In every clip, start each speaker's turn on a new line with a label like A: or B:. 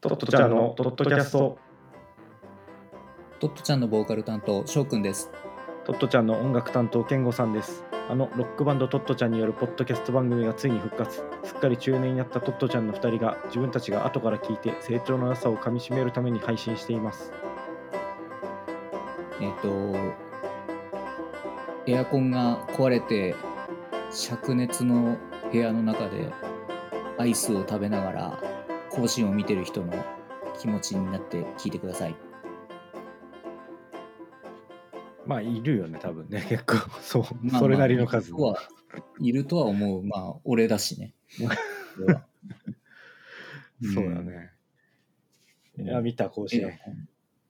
A: トットちゃんのトットキャスト、
B: トットちゃんのボーカル担当、翔くんです。
A: トットちゃんの音楽担当、健吾さんです。あのロックバンドトットちゃんによるポッドキャスト番組がついに復活。すっかり中年になったトットちゃんの2人が自分たちが後から聞いて成長の良さをかみしめるために配信しています。
B: えっ、と、エアコンが壊れて、灼熱の部屋の中でアイスを食べながら、甲子園を見てる人の気持ちになって聞いてください。
A: まあいるよね多分ね結構そう、
B: まあ
A: それなりの数。
B: まあいるとは、いるとは思う。まあ、俺だしね。俺は
A: そうだね。
B: うん
A: いや見た甲子園。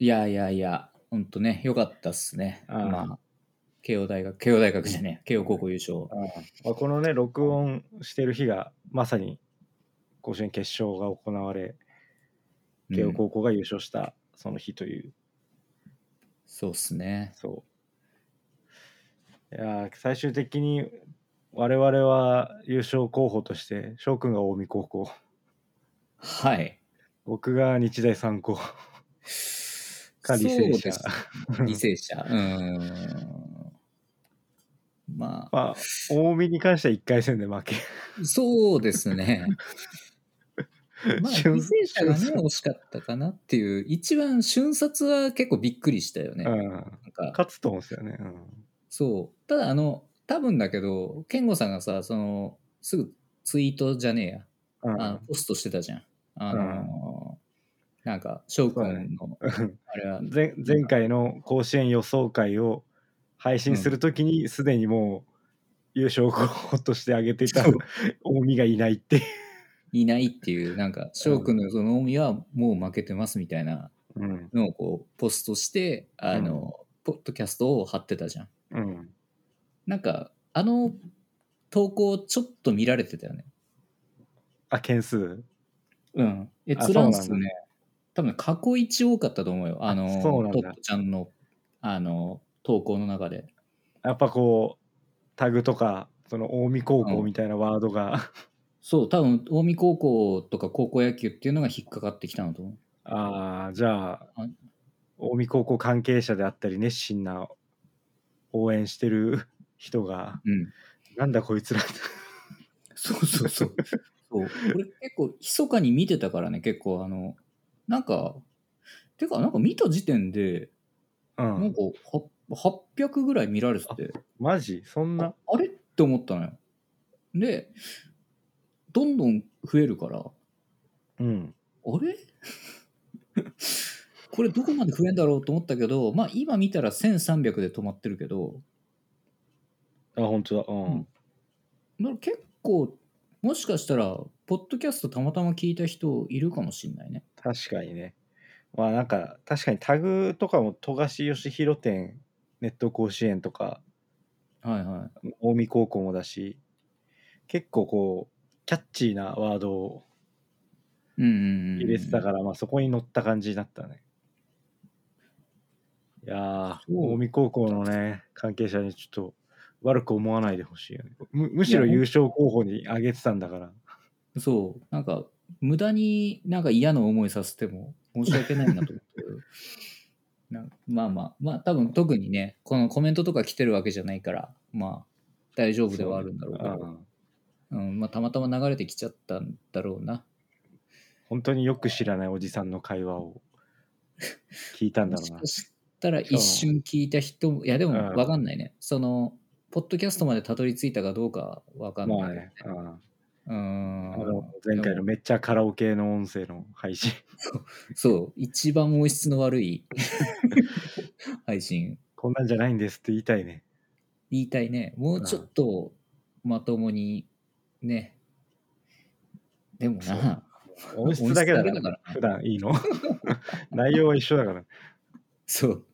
B: いやいやいや、ほんとね、よかったっすね。
A: ああ
B: まあ、慶応大学、慶応大学じゃねえ、慶応高校優勝。
A: まあ、このね録音してる日がまさに甲子園決勝が行われ慶応
B: うん
A: 高校が優勝したその日という、
B: そうっすね。
A: そういやー最終的に我々は優勝候補として翔くんが近江高校
B: はい。
A: 僕が日大三高か履正社
B: そうです履正社。 うーん。まあ、
A: まあ近江に関しては1回戦で負け
B: そうですね。まあ、
A: 瞬
B: 履正社がね
A: 瞬、殺
B: 惜しかったかなっていう、一番瞬殺は結構びっくりしたよね。
A: うん
B: なんか
A: 勝つと思うんですよね、うん
B: そう。ただ、あの、多分だけど、健吾さんがさ、その、すぐツイートじゃねえや。
A: うん
B: あのポストしてたじゃん。あのーなんか、翔くんの、あれは、
A: 前前回の甲子園予想会を配信するときにすでにもう優勝候補として挙げていた
B: そう
A: 近江がいないっていう、
B: いないっていう、なんか、翔くんのそのみはもう負けてますみたいな
A: うん
B: のをこう、ポストして、あの、ポッドキャストを貼ってたじゃん。
A: うん、
B: なんか、あの投稿、ちょっと見られてたよね。
A: あ件数
B: うん。え、
A: あ
B: つらん
A: そ
B: す
A: うなんだ
B: ね。多分、過去一多かったと思うよ。あの、
A: そうなんだ
B: トットちゃんの、あの、投稿の中で。
A: やっぱこうタグとかその近江高校みたいなワードが、
B: そう、多分、近江高校とか高校野球っていうのが引っかかってきたのと思う。
A: あーじゃあ
B: はい
A: 近江高校関係者であったり熱心な応援してる 人が
B: うん。
A: なんだこいつら
B: そうそうそう。そう俺結構、密かに見てたからね、結構、あの、なんか、てか、なんか見た時点で、
A: う
B: なん
A: ん
B: か、は800ぐらい見られてて、
A: マジそん
B: あ
A: な
B: あれって思ったのよ。で、どんどん増えるから、あ
A: うん
B: れ これどこまで増えんだろうと思ったけど、まあ今見たら1300で止まってるけど、
A: あ本当だうん、
B: うんだから結構もしかしたらポッドキャストたまたま聞いた人いるかもしれないね
A: 確かにね。まあなんか確かにタグとかも富樫義弘店ネット甲子園とか
B: はいは
A: 近江高校もだし結構こうキャッチーなワードを
B: いうんうんうん
A: 入れてたから、まあそこに乗った感じになったね。いやー
B: そう
A: 近江高校のね関係者にちょっと悪く思わないでほしいよねむ。むしろ
B: いや
A: 優勝候補に挙げてたんだから。
B: そうなんか無駄になんか嫌な思いさせても申し訳ないなと思って るなんまあまあまあ多分特にねこのコメントとか来てるわけじゃないからまあ大丈夫ではあるんだろうけど
A: うん
B: うんまあ、たまたま流れてきちゃったんだろうな
A: 本当によく知らないおじさんの会話を聞いたんだ
B: も
A: ろう
B: し
A: な
B: か。したら一瞬聞いた人も、いやで
A: う
B: も
A: ん
B: 分かんないね。その、ポッドキャストまでたどり着いたかどうか分かんない。
A: まあね、うん
B: うーん
A: あの前回のめっちゃカラオケの音声の配信
B: そう、一番音質の悪い 配信。
A: こんなんじゃないんですって言いたいね
B: 言いたいね。もうちょっとまともに、ね。でもな、
A: 音質だけだか
B: 音質だけだから
A: ら普段いいの 内容は一緒だから
B: そう。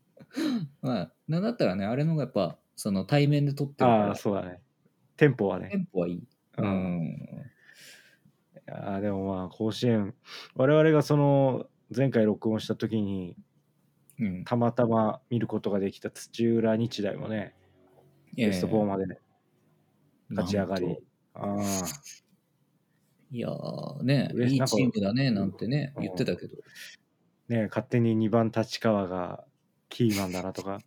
B: まあ、なんだったらね、あれの方がやっぱ、その対面で撮ってるか
A: ああ
B: ら
A: ー、 そうだねテンポは
B: テ
A: ね
B: ンポはいい。う
A: うん
B: ん。
A: あーでもまあ甲子園我々がその前回録音した時に
B: うん。
A: たまたま見ることができた土浦日大もねベスト4まで
B: ええ
A: 勝ち上がり
B: なんと
A: ああ
B: いやーね、
A: 嬉し
B: い
A: い
B: いチームだね、なんてね、
A: うん
B: 言ってたけど。
A: ね、勝手に2番立川がキーマンだなとか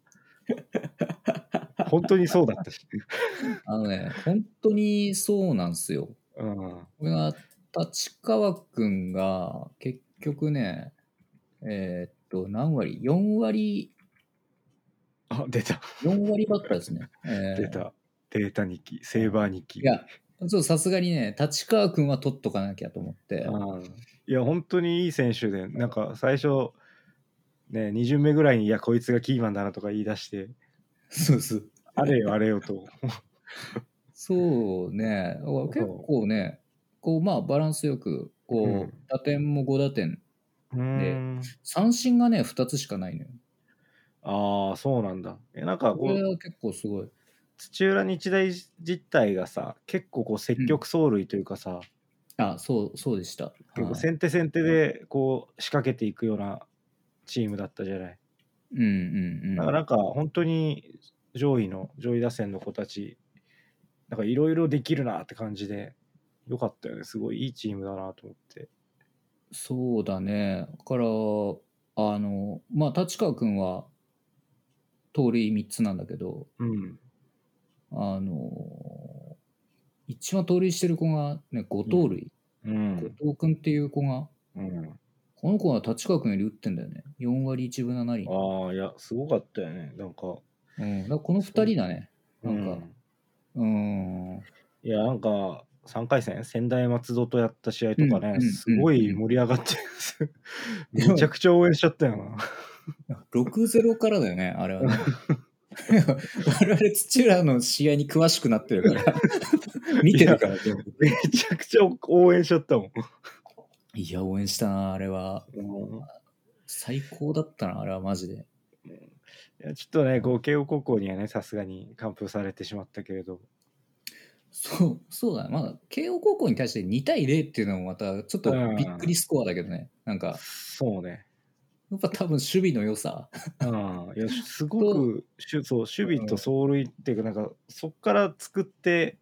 A: 本当にそうだったし、
B: あのね、本当にそうなんですよ。
A: うん、
B: これは、立川くんが、結局ね、えーっと、何割 ?4 割、
A: あ出た
B: 4割バッターですね。え ー
A: 出たデータ2期セーバー2期
B: いや、そう、さすがにね、立川くんは取っとかなきゃと思って。
A: うんいや本当にいい選手でなんか最初ね2巡目ぐらいに「いやこいつがキーマンだな」とか言い出して
B: そうそう。
A: 「あれよあれよ」と
B: そうね。結構ね、こう、まあ、バランスよく、こう、
A: うん
B: 打点も5打点、
A: うーん
B: 三振がね、2つしかないのよ。
A: ああそうなんだえなんかこ
B: これ
A: う
B: は結構すごい。
A: 土浦日大自体がさ結構こう積極走塁というかさ、
B: あ、そう、そうでした。
A: 結構
B: はい
A: 先手先手でこう仕掛けていくようなチームだったじゃない
B: うんうんうん。
A: だからなんか本当に上位の上位打線の子たちなんかいろいろできるなって感じでよかったよねすごいいいチームだなと思って
B: そうだね。だから、あの、まあ、立川くんは、盗塁3つなんだけど、
A: うん
B: あの、一番盗塁してる子が、ね、5盗塁。
A: う
B: 後
A: ん、
B: 藤君っていう子が、
A: うん、
B: この子は立川君より打ってんだよね。4割1分7厘。
A: ああいやすごかったよねなんか
B: うん、だからこの2人だね。なんか
A: うん
B: うん。
A: いやなんか3回戦仙台松戸とやった試合とかね、
B: うんうん
A: すごい盛り上がって
B: うん
A: めちゃくちゃ応援しちゃったよな
B: 6-0からだよね、あれはね。我々土浦の試合に詳しくなってるから。見てるから、全部
A: めちゃくちゃ応援しちゃったもん
B: いや、応援したな、あれは。
A: うん
B: 最高だったな、あれはマジで。
A: いやちょっとね、こう慶応高校にはね、さすがに完封されてしまったけれど、
B: そう、そうだね。まだ、慶応高校に対して2対0っていうのもまた、ちょっとびっくりスコアだけどね。なんか、
A: そうね、
B: やっぱ多分守備の良さ。
A: うん、いやすごくしゅそう守備と走塁っていうか、なんかそこから作って、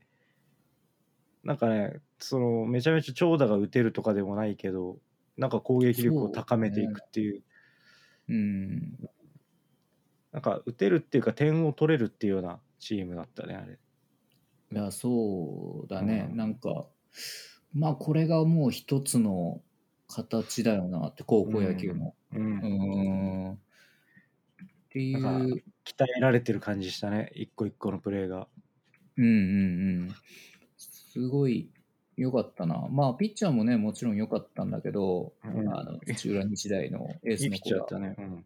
A: なんかね、そのめちゃめちゃ長打が打てるとかでもないけど、なんか攻撃力を高めていくっていう、
B: うん。
A: なんか打てるっていうか、点を取れるっていうようなチームだったね、あれ。
B: いや、そうだね。
A: うん
B: なんか、まあ、これがもう一つの形だよなって、高校野球の。
A: う、
B: うんん。っていう、う
A: なん
B: ん
A: か鍛えられてる感じしたね、一個一個のプレーが。
B: うんうん。すごい良かったな。まあ、ピッチャーもね、もちろん良かったんだけど、
A: うん
B: あの土浦日大のエー
A: い
B: ス
A: い
B: の
A: ピッチ
B: 子
A: ャーだ
B: が
A: っ。たね。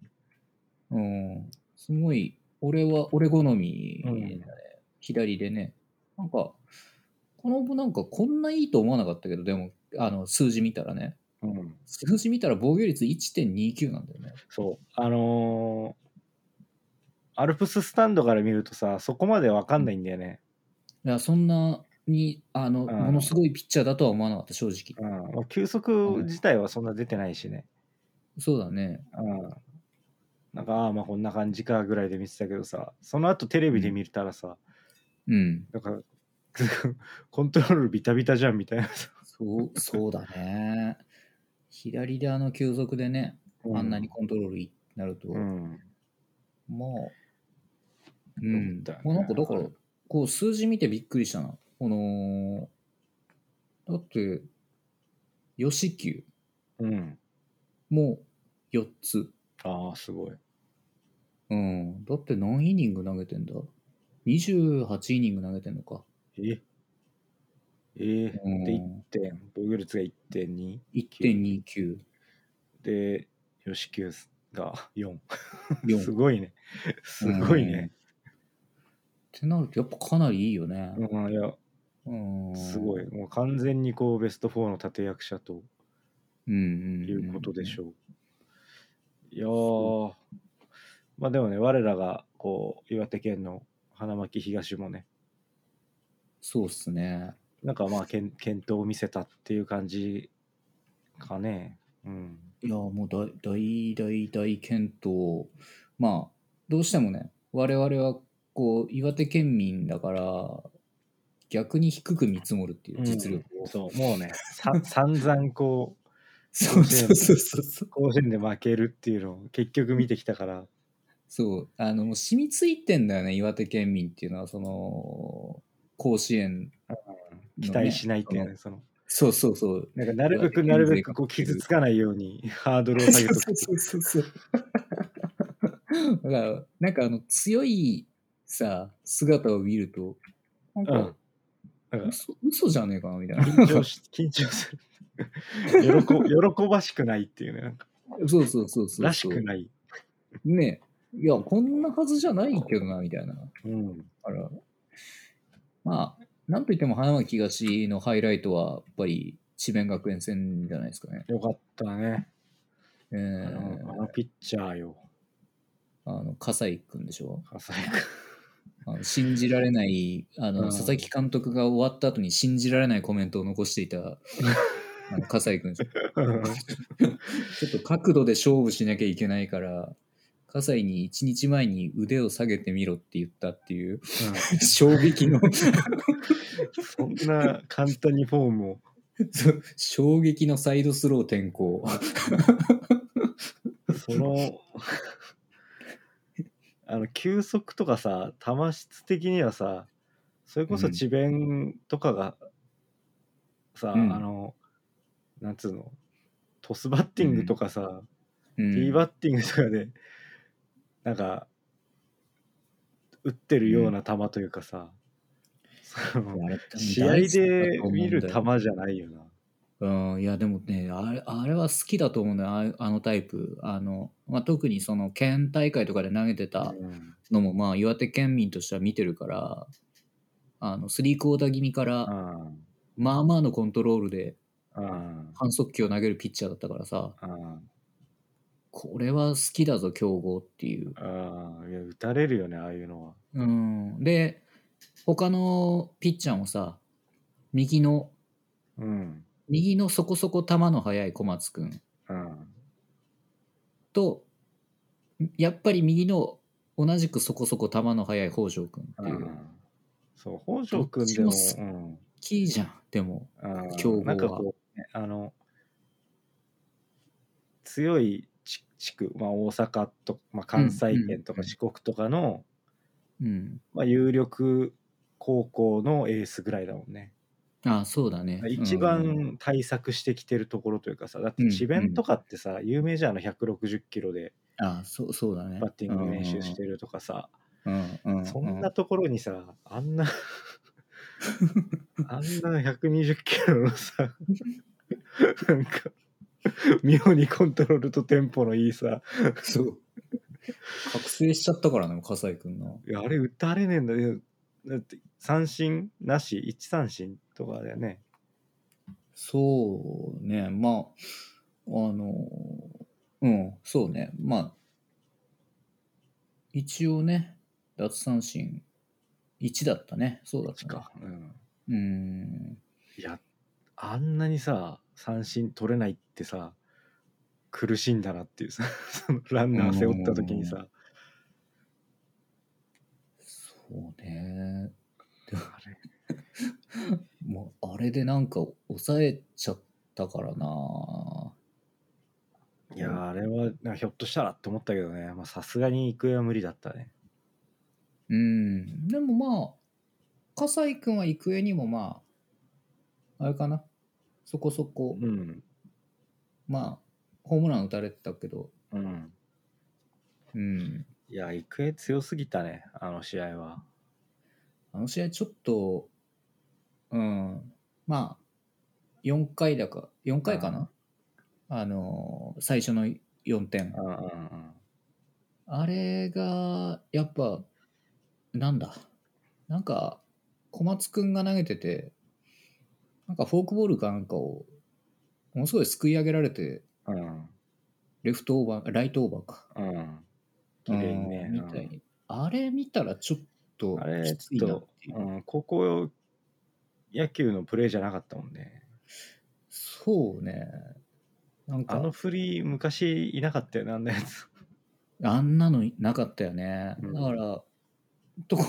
A: うん
B: うん。すごい、俺は、俺好みだね、
A: うん
B: 左でね。なんか、この子なんかこんないいと思わなかったけど、でも、あの、数字見たらね。
A: うん
B: 数字見たら防御率1.29なんだよね。
A: そう、あのーアルプススタンドから見るとさ、そこまでわかんないんだよね。
B: いや、そんなに、あの、
A: ん
B: ものすごいピッチャーだとは思わなかった、正直。
A: うん、まあ球速自体はそんな出てないしね。
B: そうだね。
A: うん、なんか、ああ、まあこんな感じかぐらいで見てたけどさ、その後テレビで見たらさ、
B: うん。
A: なんか、 コントロールビタビタじゃんみたいなさ。
B: そう、そうだね。左であの球速でね、あんなにコントロールになると、
A: うん。
B: もう、うん。
A: だよね
B: もうなんかだから、こう数字見てびっくりしたな。この、だって、吉球
A: うん。
B: も4つ。
A: ああ、すごい。
B: うん。だって何イニング投げてんだ ?28 イニング投げてんのか。
A: えええ
B: うん
A: で、1点、防御率が1.2。
B: 1.29。
A: で、吉球が4。
B: 4
A: すごいね。すごい
B: うんっ
A: ね。
B: てなると、やっぱかなりいいよね。
A: うん、いや、
B: うん。
A: すご
B: い。
A: い。もう完全にこう、ベスト4の立役者と
B: うんうん、
A: い
B: うん。
A: うことでし
B: ょ
A: ょう。いやー、まあでもね、我らが、こう、岩手県の花巻東もね、
B: そうっすね。
A: なんかまあ、健健闘を見せたっていう感じかね。うん。
B: いや、もう大、大、大、大健闘。まあ、どうしてもね、我々は、こう、岩手県民だから、逆に低く見積もるっていう実力を、
A: うんそうもうねさ散々こう
B: そうそうそうそうそう
A: 甲子園で負けるっていうのを結局見てきたから
B: そうあのもう染みついてんだよね岩手県民っていうのはその甲子園
A: 期待しないっていうねその
B: そうそうそう
A: なんかなるべくなるべくこう傷つかないようにハードルを下げとくっていう
B: そうそうそうそう。だから、なんかあの、強いさ、姿を見ると、なん
A: う
B: か
A: ん、だから
B: 嘘、嘘じゃねえかな、みたいな。
A: 緊張し 緊張する喜 喜ばしくないっていうねなんか
B: そうそうそうそう。
A: らしくない
B: ねえ。いや、こんなはずじゃないけどな、みたいな。だ
A: うん
B: から、まあ、なんといっても花巻東のハイライトは、やっぱり、智弁学園戦じゃないですかね。
A: よかったね、
B: え
A: あのあ
B: ー、
A: のピッチャーよ
B: あの、葛西君でしょ
A: 笠井君
B: あの信じられないあの、
A: うん
B: 佐々木監督が終わった後に信じられないコメントを残して いたあの笠井君ちょっと角度で勝負しなきゃいけないから葛西に1日前に腕を下げてみろって言ったって いう衝撃の
A: そんな簡単にフォームを
B: そう衝撃のサイドスロー転向
A: その あの球速とかさ球質的にはさそれこそ
B: うん
A: 智弁とかが、さ、
B: うん
A: あのなんつうのトスバッティングとかさ、
B: う
A: ティー
B: ん
A: バッティングとかでなんか打ってるような球というかさ、その
B: あれ
A: 試合で見る球じゃないよな。
B: うん、いやでもねあれあれは好きだと思うんだよあああのタイプあの、まあ、特にその県大会とかで投げてた、
A: うん
B: のもまあ岩手県民としては見てるからあのスリークォーター気味から
A: うん
B: まあまあのコントロールで
A: うん
B: 反則球を投げるピッチャーだったからさ
A: うん
B: これは好きだぞ強豪っていう、
A: ああ、いや、打たれるよね、ああいうのは。
B: うん、で他のピッチャーもさ右の
A: うん。
B: 右のそこそこ球の速い小松君
A: うん。
B: とやっぱり右の同じくそこそこ球の速い北条君っていう
A: そう、本庄君で
B: ど
A: も
B: っち、
A: うん
B: キーじゃんでも
A: うん
B: 強豪は
A: なんかこう、ねあの、強い地地区、まあ、大阪と、まあ、関西圏と
B: うん
A: か
B: うんうん
A: 四国とかの、
B: うん
A: まあ、有力高校のエースぐらいだもんね。
B: あそうだね
A: 一
B: うん
A: 番対策してきてるところというかさ、だって智
B: うんう
A: 弁
B: ん
A: とかってさ、有名じゃん、あの160キロで
B: あそうそうだね。
A: バッティング練習してるとかさ。
B: うんうんうん。
A: そんなところにさ、あ んな、あんな120キロのさ、なんか、妙にコントロールとテンポのいいさ、
B: そう。覚醒しちゃったからね、笠井君の。
A: いやあれ打たれねえんだよ。だって三振なし、1三振とかだよね。
B: そうね、まあ、あの、うん、そうね、まあ、一応ね、奪三振1だったね、そうだったね。
A: うん。
B: うん。
A: いや、あんなにさ、三振取れないってさ、苦しいんだなっていうさ、そのランナー背負った時にさ、
B: そうね。
A: あれ
B: もう、あれでなんか抑えちゃったからな。
A: いやーあれはなんかひょっとしたらって思ったけどねまあさすがに行方は無理だったね
B: うん、でもまあ、葛西君は育英にもまあ、あれかな、そこそこ、
A: うん
B: まあ、ホームラン打たれてたけど、
A: うん
B: うん、
A: いや育英強すぎたねあの試合は
B: あの試合ちょっと、うん、まあ、4回だか、4回かな、あのー、最初の4点
A: う。んうんうん
B: あれが、やっぱ、なんだ、なんか、小松くんが投げてて、なんかフォークボールかなんかを、ものすごいすくい上げられて、
A: うん
B: レフトオーバー、ライトオーバーか。
A: うん綺麗に
B: う
A: ね
B: んみたいに。あれ見たらちょっ
A: う
B: と
A: んあれち
B: きつい
A: ょっ
B: なっ
A: と
B: ていう、。
A: うん、高校野球のプレーじゃなかったもんね
B: そうね。なんか
A: あの振り昔いなかったよねあんなやつ
B: あんなのなかったよね。
A: うん
B: だから、とこ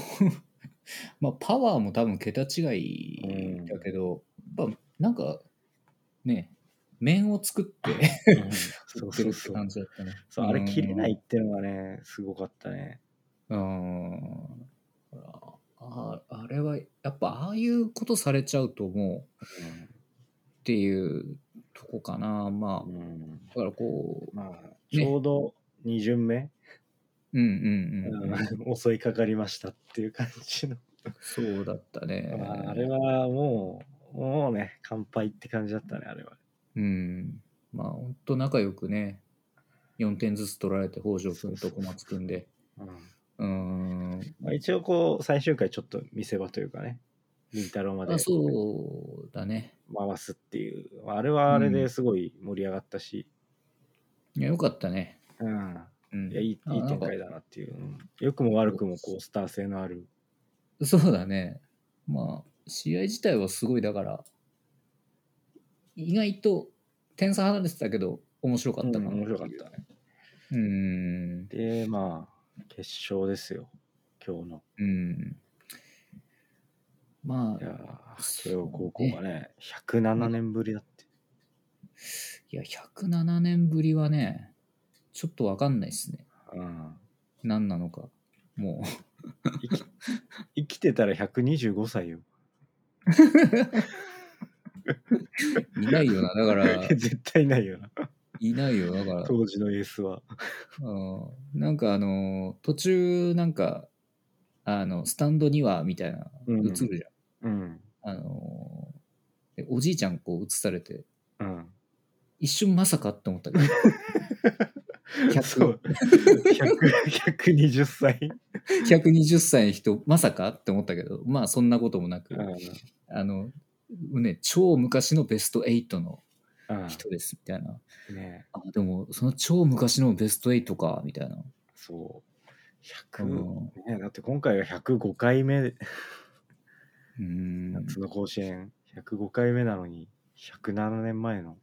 B: まあ、パワーも多分桁違いだけど、やっぱなんかね、面を作って
A: うんそ
B: 作
A: うそう
B: ってるって
A: そう
B: 感じだったね。。
A: そうあれ切れないいってのがねすごかったね
B: うん。ああれは、やっぱああいうことされちゃうともうっていうとこかな。ま
A: う
B: あ、
A: ん
B: だからこ
A: まあちょうど2巡目、
B: う、うんうんうん。
A: うん 襲いかかりましたっていう感じの、
B: そうだったね。
A: まああれはもうもうね乾杯って感じだったねあれは
B: うん。まあ、本当仲良くね、4点ずつ取られて、北条君と小松君で。うーん。
A: まあ、一応こう最終回ちょっと見せ場というかねりんたろーまで
B: あそうだね。
A: 回すっていう、まあ、あれはあれですごい盛り上がったし、
B: いや、よかったね。
A: うん
B: うん。
A: いやいいいい
B: あなんか
A: 展開だなっていう、うん良くも悪くもこうスター性のある、
B: そうだね。まあ、試合自体はすごい、だから、意外と点差離れてたけど、面白かったかな
A: うん面白かったね
B: うーん。
A: でまあ決勝ですよ今日の
B: うん。ま
A: いや
B: あ、
A: ー慶応高校がね107年ぶりだって、
B: いや、107年ぶりはね、ちょっとわかんないですね。
A: うん、
B: 何なのか。も
A: 生き生きてたら125歳よ
B: う、い ないよな。だか ら、
A: 絶対ないよない
B: ないよ。だから、
A: 当時のエースは
B: うんなんかあの、途中、なんか、あの、スタンドには、みたいな、
A: う
B: 映
A: ん
B: るじ
A: うん
B: ゃん。あの、でおじいちゃん、こう、映されて、
A: うん
B: 一瞬まさかって思っ たけど、
A: そ
B: 100
A: う100 120歳、
B: 120歳の人、まさかって思ったけど、まあ、そんなこともなく、
A: うん
B: あの、ね、超昔のベスト8の
A: うん
B: 人です、みたいな。
A: ね
B: あ、でも、その超昔のベスト8か、みたいな。
A: そう100、
B: うん。
A: ね、だって今回は105回目
B: うん
A: 夏の甲子園105回目なのに107年前の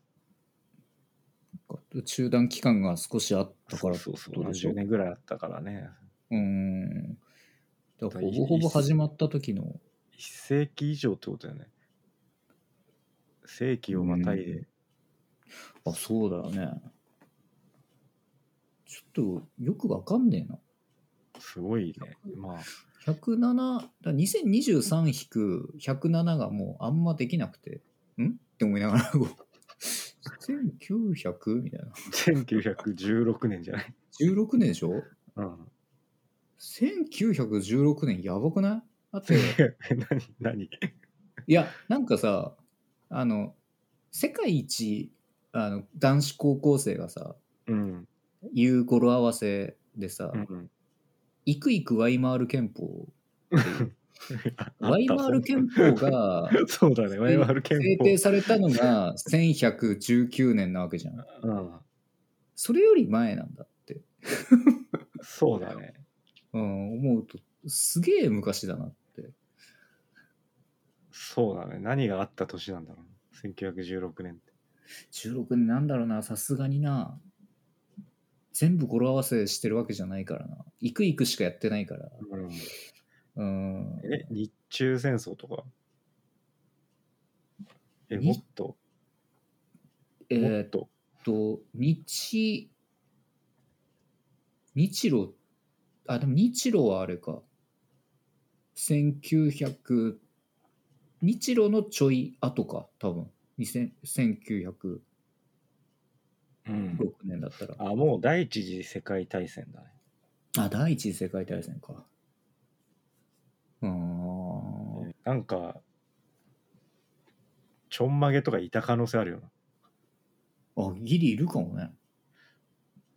B: 中断期間が少しあったから
A: そうそう
B: どうでしょう
A: 70年ぐらいあったからね
B: うーん。だからほぼほぼ始まった時の、
A: 1世紀以上ってことだよね世紀をまたいで、
B: あ、そうだよね。ちょっとよくわかんねえな。
A: すごいねまあ
B: 107、だ2023引く107がもうあんまできなくて、んって思いながら、こう 1900? みたいな。
A: 1916年じゃない、
B: 16年でしょ
A: うん、
B: ?1916 年やばくないだって、
A: 何何
B: いや、なんかさ、あの、世界一、あの、男子高校生がさ、
A: うん
B: 言う語呂合わせでさ、
A: うん
B: いくいくワイマール憲法。
A: あ
B: ワイマール憲法が
A: そうだねワイマール憲
B: 制
A: 法
B: 定されたのが1119年なわけじゃん。
A: うん、
B: それより前なんだって、
A: そうだね
B: うん、思うと、すげえ昔だなって。
A: そうだね何があった年なんだろう1916年って
B: 16年なんだろうな、さすがにな。全部語呂合わせしてるわけじゃないからな。いくいくしかやってないから。
A: うん
B: うん。
A: え日中戦争とかえ
B: に
A: もっと
B: え
A: もっ
B: ーっ
A: と、
B: と、日、日露、あ、でも日露はあれか。1900、日露のちょい後か、多分。2000 1906
A: うん
B: 年だったら。
A: あもう第一次世界大戦だね
B: あ、第一次世界大戦か。うーん。
A: なんかちょんまげとかいた可能性あるよ
B: あ、ギリいるかもね。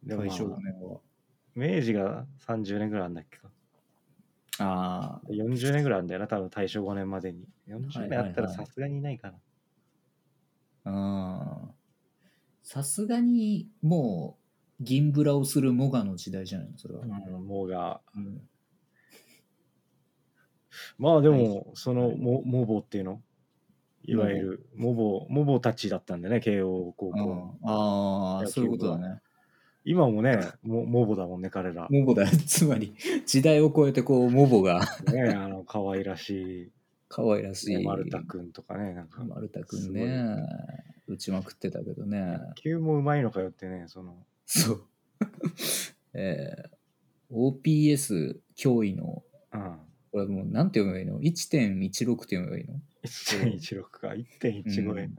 A: なでも、
B: 大
A: まあ
B: 正5年は。
A: 明治が30年ぐらいあんだっけか
B: ああ、
A: 40年ぐらいあんだよな多分大正5年までに40
B: はいはい
A: 年あ
B: はい
A: ったらさすがにいないかな、
B: うんさすがにもう銀ブラをするモガの時代じゃないのそれは、
A: うんもうが
B: うん
A: まあで
B: はい
A: もその
B: はい
A: モモボっていうのいわゆるモボモボたちだったんだね慶応高
B: う
A: 校
B: んああそういうことだね
A: 今もね、もモボだもんね、彼ら。ね
B: モボだ。 つまり、時代を超えて、こう、モボが
A: あの、可愛らし
B: 可愛ら
A: い、
B: し
A: ね、
B: い。
A: 丸田くんとかね、なんか、
B: 丸田くんね。打ちまくってたけどね。
A: 急もうまいのかよってね、その、
B: そう。 えー、OPS 脅威の、
A: うん。
B: これもう、なんて読めばいいの ?1.16 って読めばいいの
A: 1.16か、1.15円。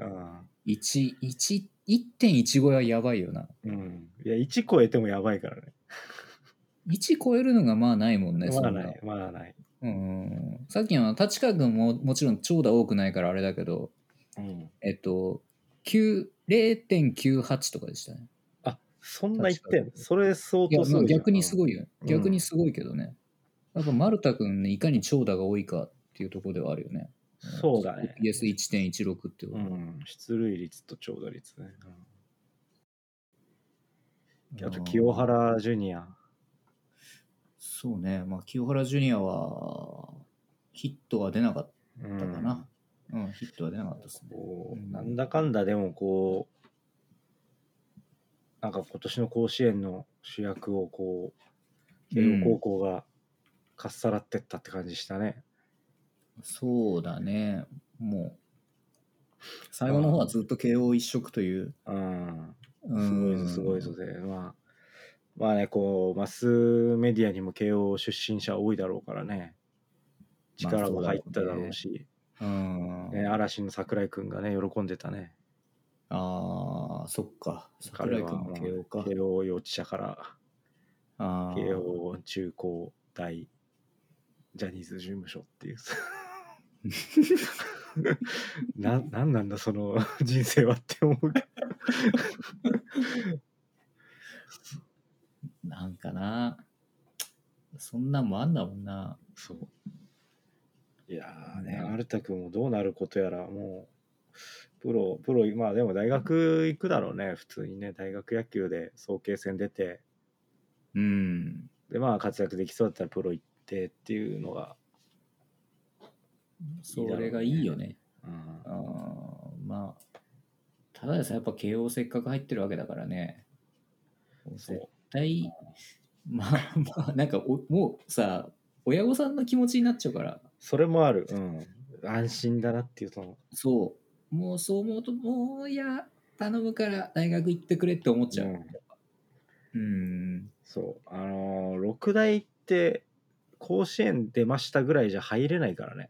B: 1 1 1.15はやばいよな。
A: うん。うん。いや、1超えてもやばいからね。
B: 1超えるのがまあないもんね、
A: ま
B: そ
A: だ
B: んな
A: な。い、まだない。
B: うん。さっきの立川君ももちろん長打多くないからあれだけど、
A: うん。
B: えっと、9 0.98とかでしたね。
A: あ、そんな1
B: 確か
A: 点
B: に。
A: それ相
B: いや、
A: 当す
B: ま
A: ご
B: あ
A: いじゃん。
B: 逆にす
A: い。
B: ごいよ。逆にすごいけどね。やっぱ丸田君ね、いかに長打が多いかっていうところではあるよね。
A: そうだね。
B: PS1.16 ってこと、
A: うん。出塁率と長打率ね。うん、あと、
B: うん
A: 清原ジュニア。
B: そうね、まあ、清原ジュニアは、ヒットは出なかっ
A: う
B: た
A: ん。
B: かな。うん、ヒットは出なかったですね。
A: こ
B: う
A: うんなんだかんだでもこうなんか今年の甲子園の主役をこう慶応高校がかっさらってったって感じしたね、
B: そうだね、もう、最後の方はずっと慶応一色という。
A: うん、
B: う
A: すごい
B: ん
A: ぞすごいぞで、まあまあねこうマスメディアにも慶応出身者多いだろうからね
B: まあ
A: 力
B: そう
A: も
B: だろう
A: 入
B: ね
A: っただろうし、
B: うん。
A: ね嵐の桜井君がね喜んでたね
B: ああ、そっか。
A: 彼
B: 桜井
A: は
B: 君も慶応か。
A: 慶応幼稚舎から
B: あー
A: 慶応中高大ジャニーズ事務所って いう ななんなんだその人生はって思うけど
B: なんかな。そんなんもあんだもんな。
A: そういやーね丸田君もどうなることやらもうプロプロまあでも大学行くだろうね普通にね大学野球で早慶戦出て
B: うん。
A: でまあ活躍できそうだったらプロ行ってっていうのが、
B: それがいいよね。
A: うん
B: あーまあ、ただでさえやっぱ慶応せっかく入ってるわけだからね。
A: そ
B: 絶
A: う
B: 対、まあまあ、なんかおもうさ、親御さんの気持ちになっちゃうから、
A: それもある、うん、安心だなっていうその
B: そう、もうそう思うと、もういや、頼むから大学行ってくれって思っちゃ
A: う
B: う。
A: ん
B: うん。
A: そう、あのー、六大って甲子園出ましたぐらいじゃ入れないからね、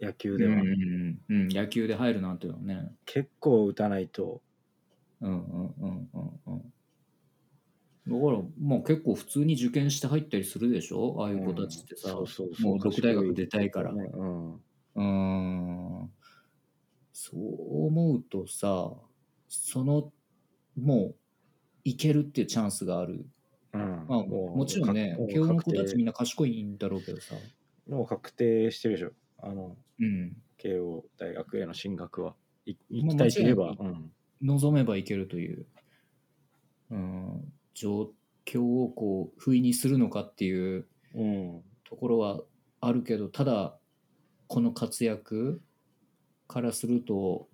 A: 野球
B: うん、
A: では。
B: うんうん、野球で入るなんていうのはね。
A: 結構打たないと、
B: うんうんうんうんうん。だから、まあ結構普通に受験して入ったりするでしょああいう子たちってさ、
A: そうそうそう
B: もう六大学出たいから。
A: ねうん、
B: うーんそう思うとさそのもういけるっていうチャンスがある、
A: うん
B: まあ、もちろんね
A: もう
B: 慶応の子たちみ
A: 確
B: んな賢いんだろうけどさ、
A: 定もう確定してるでしょ、あの
B: うん、
A: 慶応大学への進学は。い行
B: ま
A: き
B: あ
A: たいといえば、
B: 間違い
A: うん
B: 望めばいけるという、うん、状況をこう不意にするのかっていう
A: うん、
B: ところはあるけどただこの活躍からすると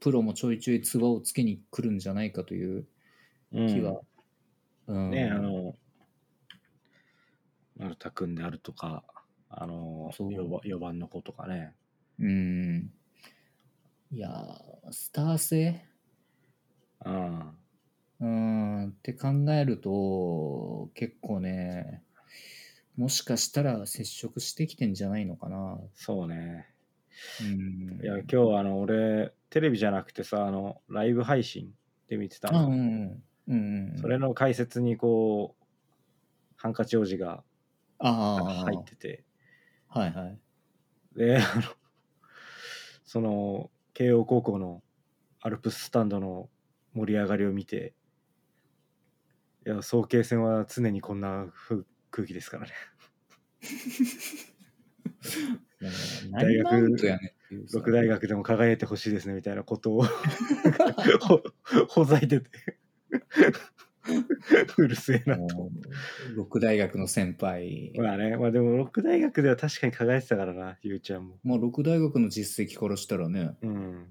B: プロもちょいちょい唾をつけに来るんじゃないかという
A: うん
B: 気は、うん
A: ね、あの、丸田君であるとか、あの、
B: そう
A: 4番四番の子とかね。
B: うん。いやー、スター性
A: うん
B: うんって考えると、結構ね、もしかしたら接触してきてんじゃないのかな。
A: そうね。
B: う
A: い
B: ん。
A: や、今日、あの、俺、テレビじゃなくてさ、あの、ライブ配信で見てた
B: あう
A: の。
B: んうんうんうん。
A: それの解説に、こう、ハンカチ王子が
B: ああ、
A: 入ってて、
B: はいはい。
A: で、あの、その、慶応高校のアルプススタンドの盛り上がりを見て、いや、早慶戦は常にこんな風空気ですからね。
B: もう
A: 大学
B: 何マウントやねんっていうさ
A: 六大学でも輝いてほしいですね、みたいなこと をほ、ほざいてて。 うるせえなと思って
B: もう六大学の先輩。
A: まあね、まあでも、六大学では確かに輝いてたからな、ゆうちゃんも。
B: まあ、六大学の実績からしたらね、
A: うん、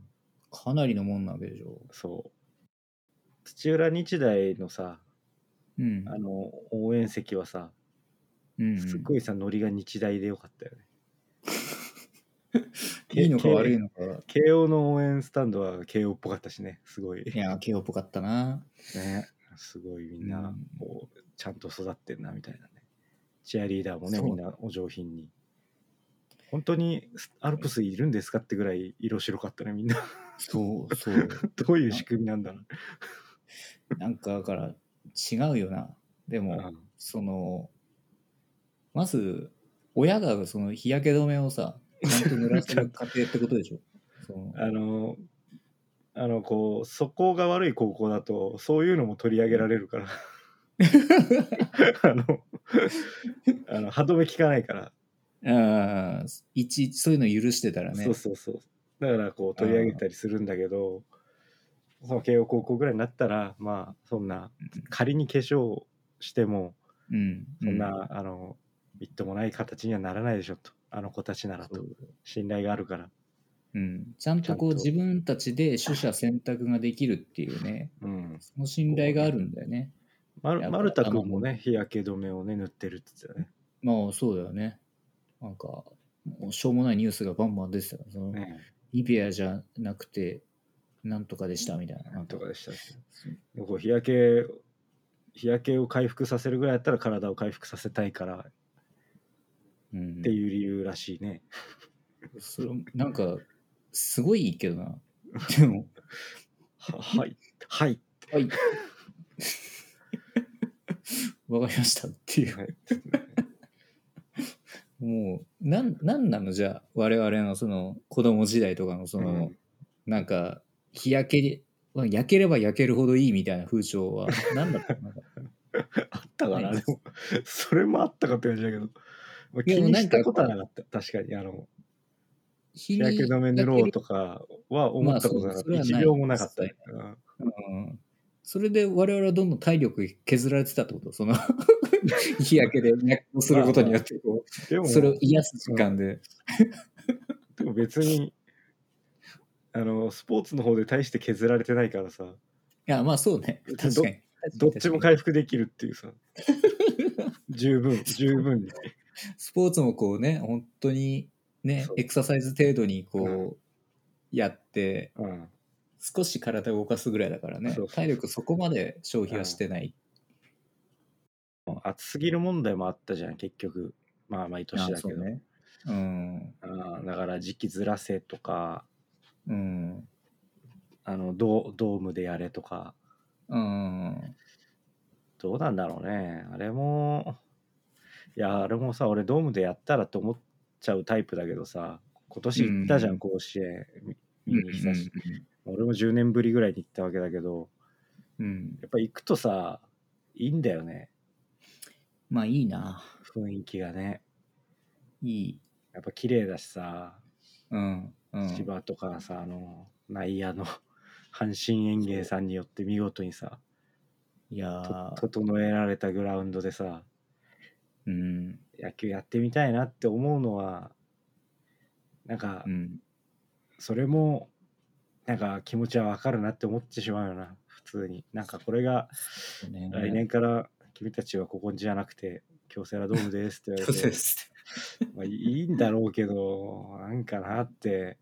B: かなりのもんなわけでしょ。
A: そう。土浦日大のさ、
B: うん。
A: あの応援席はさ
B: うん、
A: すごいさノリが日大でよかったよね、
B: いいのか悪いのか。
A: 慶応の応援スタンドは慶応っぽかったしねすごい
B: いや、慶応っぽかったな。
A: ねすごいみんな、
B: うん
A: こうちゃんと育ってんなみたいなねチアリーダーもね
B: そう
A: みんなお上品に本当にスアルプスいるんですかってぐらい色白かったねみんな
B: そう、そう。
A: どういう仕組みなんだろう
B: なんか、だから、違うよな。でも、
A: うん
B: その、まず、親がその日焼け止めをさ、ちゃんと濡らせる家庭ってこと でしょ。その
A: あのあのこう素行が悪い高校だとそういうのも取り上げられる から あのあの歯止め効かないから、
B: ああ、いちいちそういうの許してたらね。
A: そうそうそうだからこう取り上げたりするんだけどその慶応高校ぐらいになったらまあそんな仮に化粧しても
B: うん。
A: そんな、あのみっともない形にはならないでしょとあの子たちなら
B: う
A: と
B: ん
A: 信頼があるから、
B: うん、ちゃんとこ
A: ちゃ
B: う
A: んと
B: 自分たちで取捨選択ができるってい うね、
A: うん、
B: その信頼があるんだよね。
A: ま
B: や
A: る
B: っぱ
A: まるたくんもね日焼け止めをね塗ってるって言ってたね
B: まあそうだよね。なんか、もうしょうもないニュースがバンバン出てたから、その
A: ね
B: リビアじゃなくて、なんとかでしたみたいな。
A: なんとかでしたねでもこう日焼け日焼けを回復させるぐらいだったら体を回復させたいからっ
B: うん、
A: ていう理由らしいね、
B: それなんか、すごいいいけど な。でも、
A: ははいはい
B: はい。 わかりましたっていう。
A: はい
B: もう、なん、なんなのじゃあ、我々のその、子供時代とかのその、
A: うん
B: なんか、日焼けは、焼ければ焼けるほどいいみたいな風 潮は、なんだったのなんか
A: あったかな、
B: はい
A: でも、それもあったかって感じだけど、まあ、
B: いや
A: 気にし
B: な
A: た
B: んか
A: ことはなかった、確かに。あの、
B: 日
A: 日
B: に
A: 焼け止め塗ろうとかは思ったことなかった。
B: まあそうそれはない
A: 一秒もなかった、
B: 実
A: うん
B: うんそれで我々はどんどん体力削られてたってこと その日焼けで日焼けをすることによってこ
A: で
B: う
A: も、
B: それを癒す時間で、
A: でも別に、あの、スポーツの方で大して削られてないからさ、
B: いやまあそうね
A: ど
B: 確かに
A: どっちも回復できるっていうさ、十 分、十分に。
B: スポーツもこうね本当にね
A: そう
B: エクササイズ程度にこうやって
A: うん、
B: 少し体を動かすぐらいだからね
A: そうそうそう
B: 体力そこまで消費はしてない、
A: 暑すぎる問題もあったじゃん、結局。まあ、毎年だけど。
B: ねうん
A: あーだから、時期ずらせとか、
B: うん
A: あのドドームでやれとか。
B: うん
A: どうなんだろうね。あれも、いや、あれもさ、俺ドームでやったらと思っちゃうタイプだけどさ、今年行ったじゃん、
B: うん
A: 甲子園み
B: う
A: 見
B: ん
A: に久し、俺も10年ぶりぐらいに行ったわけだけど、
B: うん
A: やっぱ行くとさ、いいんだよね、
B: まあいいな
A: 雰囲気がね。
B: いい
A: やっぱ綺麗だしさ、
B: うんうん
A: 芝とかさ、あの、内野の阪神園芸さんによって見事にさ、
B: いやー
A: と整えられたグラウンドでさ、
B: うん
A: 野球やってみたいなって思うのは、なんか
B: う、ん
A: それもなんか気持ちはわかるなって思ってしまうよな普通になんかこれが
B: そうね
A: 来年から君たちはここじゃなくて京セラドームですって言わ
B: そう
A: れて
B: で、す
A: まあ、いいんだろうけどなんかなって、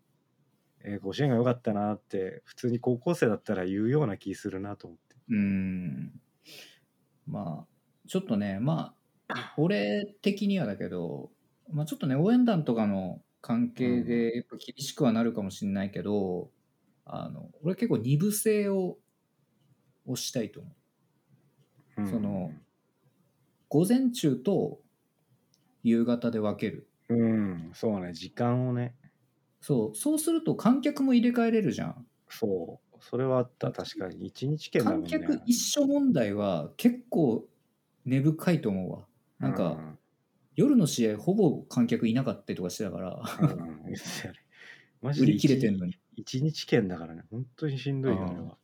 A: えー甲子園が良かったなって普通に高校生だったら言うような気するなと思って
B: うんまあちょっとねまあ俺的にはだけど、まあ、ちょっとね応援団とかの関係でやっぱ厳しくはなるかもしれないけど、あの俺結構二部制を推したいと思う
A: うん
B: その午前中と夕方で分ける
A: うんそうね時間をね
B: そうそうすると観客も入れ替えれるじゃん
A: そうそれはあった確かに一日券だもん
B: 観
A: ね
B: 客一緒問題は結構根深いと思うわなんか、夜の試合ほぼ観客いなかったりとかしてたから
A: うんうん言ってたよねマジで
B: 売り切れてんのに
A: 一日券だからね、本当にしんどいよ、
B: あー
A: あれは。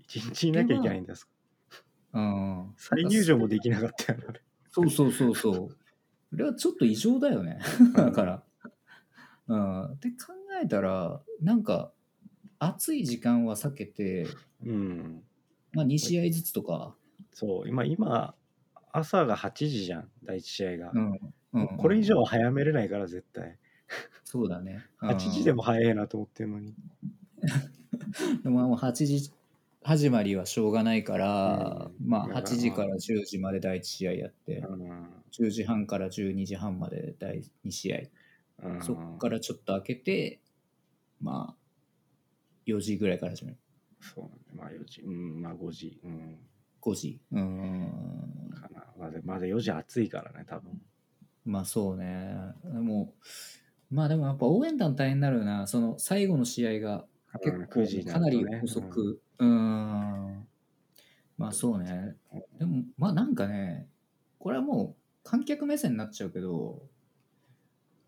A: 一日いなきゃいけないんです。
B: うん
A: 再入場もできなかったよ、ね、
B: そうそうそうそうそれはちょっと異常だよね だからうんって考えたらなんか暑い時間は避けて、
A: うん。
B: まあ、2試合ずつとか
A: そう今今朝が8時じゃん第1試合が、
B: うんうんうん
A: これ以上は早めれないから絶対
B: そうだね。
A: 8時でも早いなと思ってるのに
B: うん。まあ、もう8時始まりはしょうがないから、
A: うん
B: まあ、
A: だから
B: 8時から10時まで第1試合やって、
A: うん
B: 10時半から12時半まで第2試合、
A: うん
B: そっからちょっと開けて、まあ、4時ぐらいから始める。
A: そうなんだまあ4時うんまあ5時うん
B: 5時。うーん。
A: かなまだまだ4時暑いからね多分
B: まあそうね。もう、まあでもやっぱ応援団大変になるよな。その最後の試合が結
A: うん
B: 構、
A: 9時に
B: か
A: る
B: な
A: と
B: り
A: ね
B: 遅く。うーん。まあそうね。でも、まあなんかね、これはもう観客目線になっちゃうけど、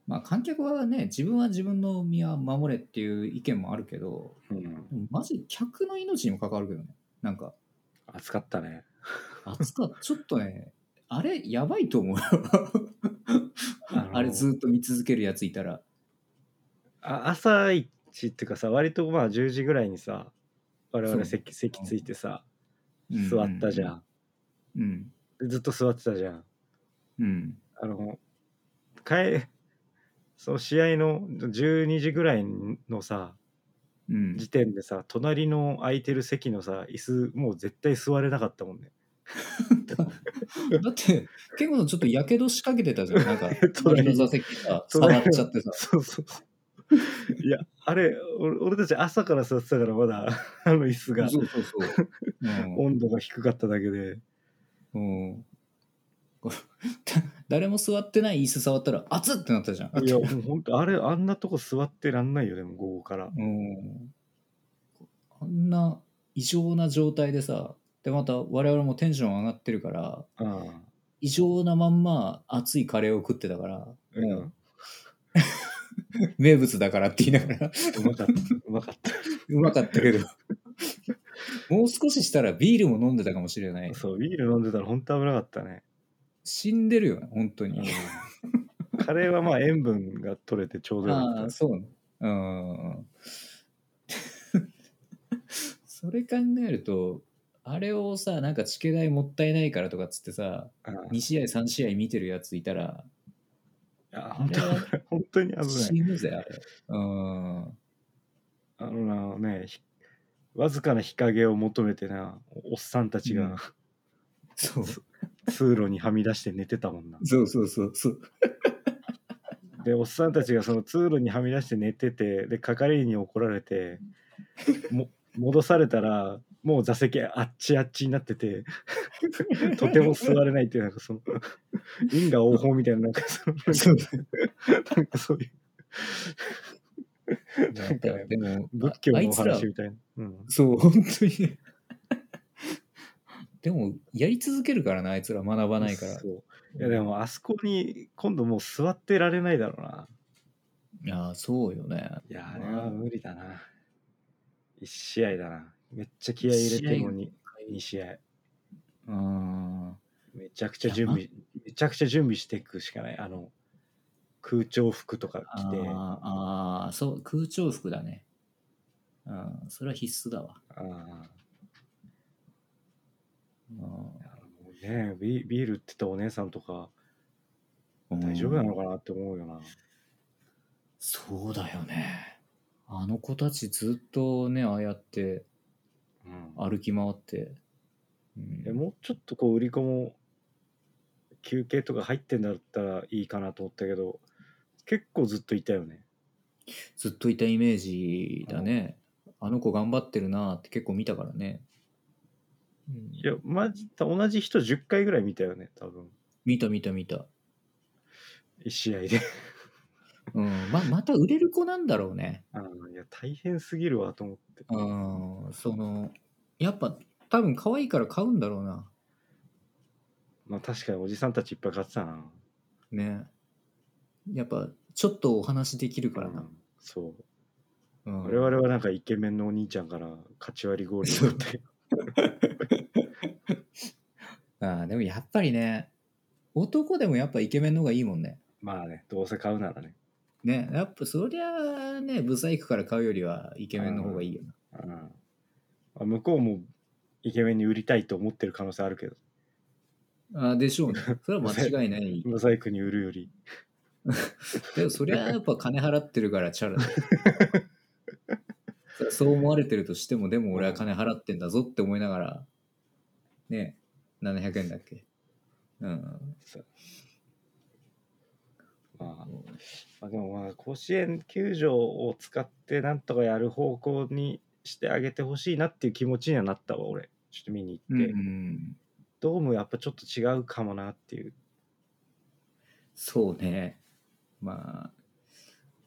B: まあ観客はね、自分は自分の身は守れっていう意見もあるけど、
A: うんうん
B: でもマジ客の命にも関わるけどね。なんか、
A: 暑かったね
B: 暑かっちょっとね、あれやばいと思うよ。
A: あの
B: あれずっと見続けるやついたら。
A: あ朝一っていうかさ割とまあ10時ぐらいにさ我々席席ついてさ座ったじゃん、
B: うん。
A: でずっと座ってたじゃん
B: うん。
A: あの帰その試合の12時ぐらいのさ
B: うん。
A: 時点でさ隣の空いてる席のさ椅子もう絶対座れなかったもんね
B: だって、健吾さんちょっとやけどしかけてたじゃん。なんか、
A: 隣
B: 隣の座席さ、触
A: 隣
B: っ
A: の
B: ちゃってさ。
A: そうそうそういやあれ俺俺たち朝から座ってたからまだあの椅子が
B: そうそうそう。うん
A: 温度が低かっただけで
B: うん。これだ 誰も座ってない椅子触ったら、熱っってなったじゃん。
A: いやもうほんとあれあんなとこ座ってらんないよでも午後から
B: うん。あんな異常な状態でさ、で、また我々もテンション上がってるから、
A: うん
B: 異常なまんま熱いカレーを食ってたから、
A: う
B: もうん名物だからって言いながら、
A: うまかったうまかった
B: うまかったけど、もう少ししたらビールも飲んでたかもしれない。
A: そうビール飲んでたら本当危なかったね、
B: 死んでるよね、本当に。
A: カレーはまあ塩分が取れてちょうどよか
B: あ
A: っ
B: あ、
A: た
B: そうね。うん。 それ考えると、あれをさ、なんかチケ代もったいないからとかっつってさ、
A: うん
B: 2試合、3試合見てるやつい たら、
A: いや
B: あ
A: 本
B: れ
A: 当
B: は
A: 本当に危ない
B: 死ぬぜ、あれ。うん。
A: あのなねひわずかな日陰を求めてなおおっさんたち
B: うん
A: が
B: そう。
A: 通路にはみ出して寝てたもんな、
B: そうそうそうそう。
A: でおっさんたちがその通路にはみ出して寝ててで係員に怒られても戻されたらもう座席あっちあっちになっててとても座れないっていうなんかその因果応報みたいななんか その
B: そう
A: なんかそういう
B: なんかでも、
A: 仏教のお
B: ああいつ
A: 話
B: ら
A: みたいな。うん
B: そう、本当にね。 でも、やり続けるからな、あいつら学ばないから。
A: そういやでもあそこに今度もう座ってられないだろうな。
B: いや、そうよね。
A: いや
B: あれは無
A: 理だな。1試合だな。めっちゃ気合い入れてるのに2試合。
B: うん。
A: めちゃくちゃ準備、めちゃくちゃ準備していくしかない。あの空調服とか
B: あ
A: 着て、
B: ーあー、そう、空調服だね。うん、それは必須だわ。
A: あーも
B: うん
A: うねビ、ビール売ってたお姉さんとか大丈夫なのかなって思うよな。
B: そうだよね。あの子たちずっとね、ああやって
A: うん
B: 歩き回って。うん
A: えもうちょっとこう売り子も休憩とか入ってんだったらいいかなと思ったけど結構ずっといたよね
B: ずっといたイメージだね。あの子頑張ってるなって結構見たからね。うん
A: いやマジ同じ人10回ぐらい見たよね多分
B: 見た見た見た。
A: 1試合で
B: うん、ままた売れる子なんだろうね。
A: あのいや大変すぎるわと思って
B: うん、その、やっぱ多分可愛いから買うんだろうな。
A: まあ確かにおじさんたちいっぱい買ってたな
B: ね。やっぱちょっとお話できるから
A: う
B: な。
A: んそう
B: うん、
A: 我々はなんかイケメンのお兄ちゃんから勝ち割り氷もらって
B: ああ、でもやっぱりね、男でもやっぱイケメンの方がいいもんね。
A: まあねどうせ買うならね、
B: ね、やっぱそりゃあね、ブサイクから買うよりはイケメンの方がいいよな。
A: うんまあ、向こうもイケメンに売りたいと思ってる可能性あるけど
B: あでしょうね。それは間違いない。
A: モザイクに売るより
B: でもそりゃやっぱ金払ってるからチャラだよそ りゃそう思われてるとしても、でも俺は金払ってんだぞって思いながら、ね、700円だっけ。うん。
A: まあ、まあ、でもまあ甲子園球場を使ってなんとかやる方向にしてあげてほしいなっていう気持ちにはなったわ俺ちょっと見に
B: う
A: 行って、
B: ん、
A: ドームやっぱちょっと違うかもなっていう
B: そうね。まあ、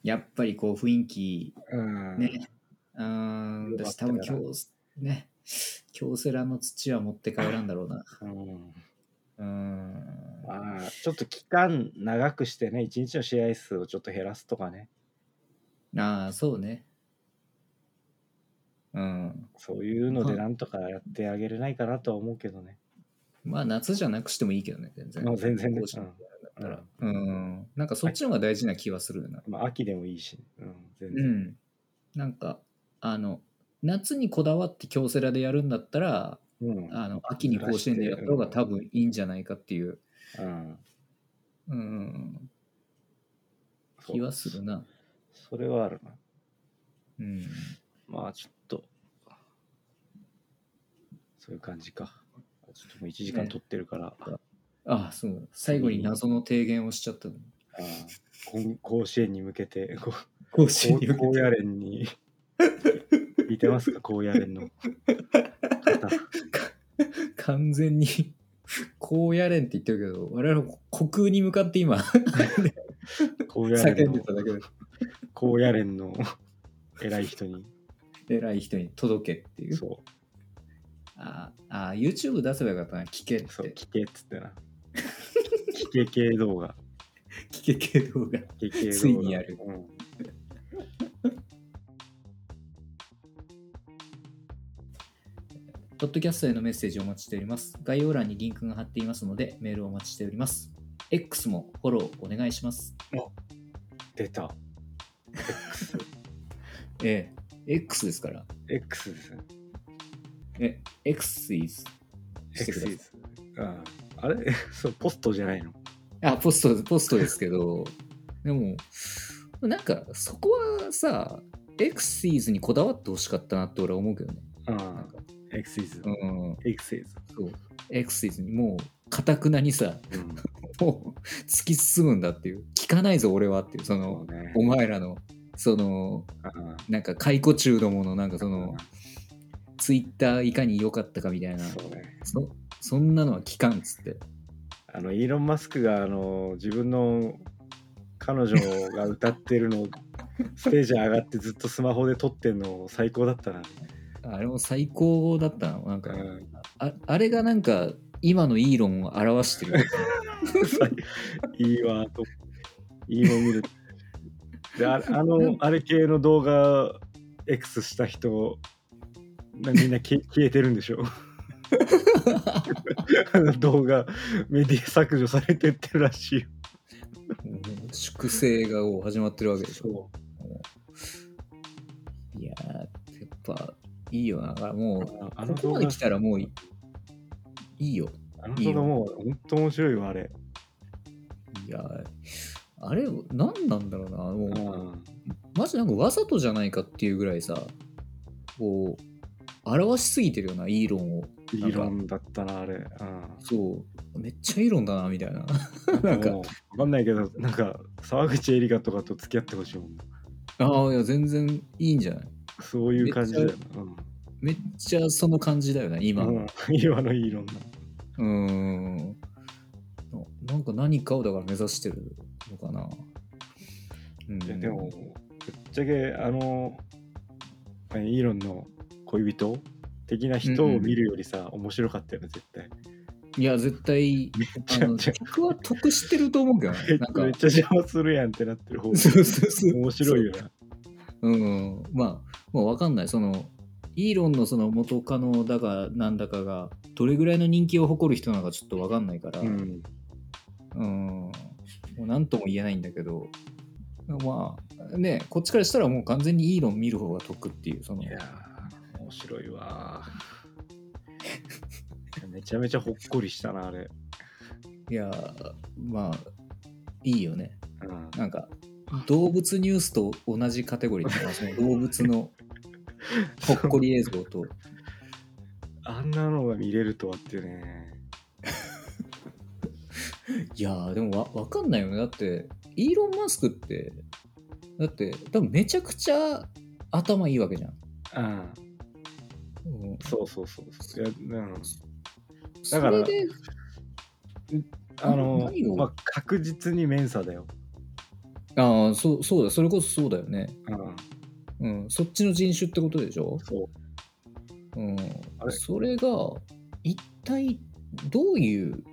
B: やっぱりこう雰囲気、
A: うん
B: ね。うん、私多分今日、ね、京セラの土は持って帰らんだろうな。
A: うん
B: うん。
A: まあちょっと期間長くしてね一日の試合数をちょっと減らすとかね
B: ああ、そうね。うん。
A: そういうのでなんとかやってあげれないかなとは思うけどね、
B: まあ夏じゃなくしてもいいけどね、全然。
A: まあ全然ね
B: 高知の
A: うん
B: だったらうん。なんかそっちの方が大事な気はするな。
A: まあ、秋でもいいし、うん、全
B: う
A: 然、
B: ん。なんか、あの、夏にこだわって京セラでやるんだったら、
A: うん
B: あの秋に甲子園でやった方が多分いいんじゃないかっていう、
A: うん
B: うん、
A: そう
B: 気はするな。
A: それはあるな
B: うん。
A: まあちょっとそういう感じかちょっともう1時間
B: ね
A: 取ってるから、
B: あそう。最後に謎の提言をしちゃったの。
A: あーこん甲子園に向けてこ
B: 甲
A: こう高野連に似てますか高野 連の方
B: 完全にこうやれんって言ってるけど我々は虚空に向かって今
A: 高野連
B: 叫んで
A: の
B: ただけで
A: 高野連の偉い人に
B: 偉い人に届けっていう
A: そ
B: ああ YouTube 出せばよかったな聞けっ
A: うそう
B: て
A: 聞けっつってな聞け系動画
B: 聞け系動画
A: 聞け系動画
B: ついにやる
A: うん
B: ポッドキャストへのメッセージをお待ちしております概要欄にリンクが貼っていますのでメールをお待ちしております X もフォローお願いします
A: 出た X
B: ええ X ですから
A: X ですね
B: え X is してください
A: X あああれ そうポストじゃないの
B: あ、ポスト、ポストですけど、 でも、なんか、そこはさ、エクシーズにこだわってほしかったなって俺は思うけどね。
A: あ
B: なんか、
A: あ X イズ
B: うん、
A: X イズ
B: そう。エクシーズにもう、かたくなにさ、
A: うん
B: もう、突き進むんだっていう。聞かないぞ、俺はっていう。その
A: そ、うね
B: お前らの、その、
A: ああ
B: なんか、解雇中どもの、なんかその、
A: う
B: ツイッターいかに良かったかみたい
A: ん
B: な、
A: そうね
B: そそんなのは聞かんっつって。
A: あのイーロン・マスクがあの自分の彼女が歌ってるのをステージ上がってずっとスマホで撮ってんの最高だったな、
B: あれも最高だったのなんか、
A: うん
B: ああれがなんか今のイーロンを表してる
A: いいわといいもん見るで ああ
B: うん
A: のあれ系の動画 X した人なみんな 消え消えてるんでしょあの動画メディア削除されてってるらしいよ
B: 粛清がもう始まってるわけでしょ
A: そ
B: いやーやっぱいいよなだからもう
A: うあ
B: あ
A: の
B: ここ
A: 動画
B: まで来たらもういいいいよ
A: あの動画もう本当面白いわあれ
B: いやーあれ何なんだろうなも
A: う
B: うんマジなんかわざとじゃないかっていうぐらいさこう表しすぎてるよなイーロンを
A: イーロンだったなあれうん
B: そうめっちゃイーロンだなみたいな なんか
A: もうわかんないけどなんか沢口エリカとかと付き合ってほしいもん
B: ああいや全然いいんじゃない
A: そういう感じだよな
B: めっちゃその感じだよね
A: うん
B: 今の
A: うん 今のイーロンな
B: うーん。ななんか何かをだから目指してるのかな。うん、
A: いやでも、ぶっちゃけ、あの、イーロンの恋人的な人を見るよりさ、面白かったよね、絶対。
B: いや、絶対、あの、
A: ちゃ
B: 僕は得してると思うけどね。なんか
A: めっ、ちゃ邪魔するやんってなってる方が
B: そうそうそう。
A: 面白いよな。
B: うん。まあ、まあ、わかんない。その、イーロンのその元カノだかなんだかが、どれぐらいの人気を誇る人なのかちょっとわかんないから、
A: う
B: うん、
A: ん。
B: もうなんとも言えないんだけど、まあ、ね、こっちからしたらもう完全にイーロン見る方が得っていう、その
A: い、やー面白いわ めちゃめちゃほっこりしたな、あれ。
B: いやーまあいいよね
A: うん、
B: なんか動物ニュースと同じカテゴリーだからその動物のほっこり映像と
A: あんなのが見れるとはってね。
B: いやーでもわわかんないよねだってイーロン・マスクってだって多分めちゃくちゃ頭いいわけじゃん、
A: うん、
B: うん
A: そうそうそうそう。いやうん、
B: そ
A: だから
B: れで
A: あの
B: 何、を
A: まあ、確実にメンサだよ。
B: ああそうそうだそれこそそうだよね
A: うん、
B: うんそっちの人種ってことでしょ
A: そう。
B: うん
A: あれ
B: それが一体どういう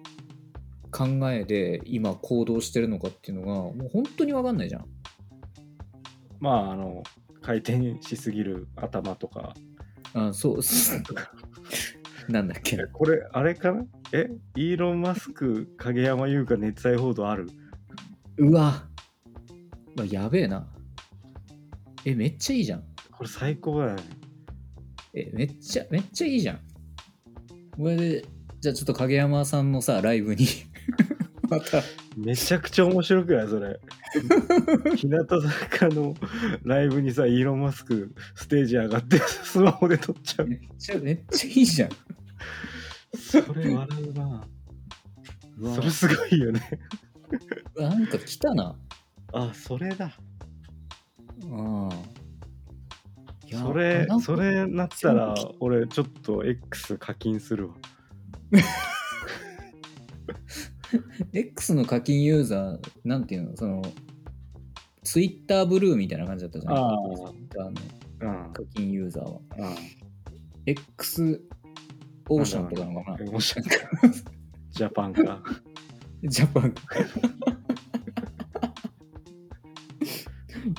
B: 考えで今行動してるのかっていうのがもう本当にわかんないじゃん
A: まあ、あの、回転しすぎる頭とか。
B: あーそう なんだっけ
A: えこれ、あれかなえイーロン・マスク、影山優香、熱愛報道ある
B: うわうわやべえなえめっちゃいいじゃん
A: これ最高だね。
B: えめっちゃめっちゃいいじゃんこれでじゃあちょっと影山さんのさライブに また
A: めちゃくちゃ面白くないそれ。 日向坂のライブにさ、イーロン・マスク、ステージ上がって、スマホで撮っちゃう。
B: めっちゃめっちゃいいじゃん
A: それ笑うな。
B: うわ
A: それすごいよね。
B: なんか来たな
A: あ、それだ。
B: うんいや
A: それ
B: なん、か
A: それなったら
B: そう、
A: 俺、ちょっと X 課金するわ。
B: X の課金ユーザーなんていうのそのツイッターブルーみたいな感じだったじゃん
A: ああ
B: Twitter の
A: うん。
B: 課金ユーザーは
A: うん。
B: X オーシャンとかなのかな
A: 面白い。ジャパンか。
B: ジャパン。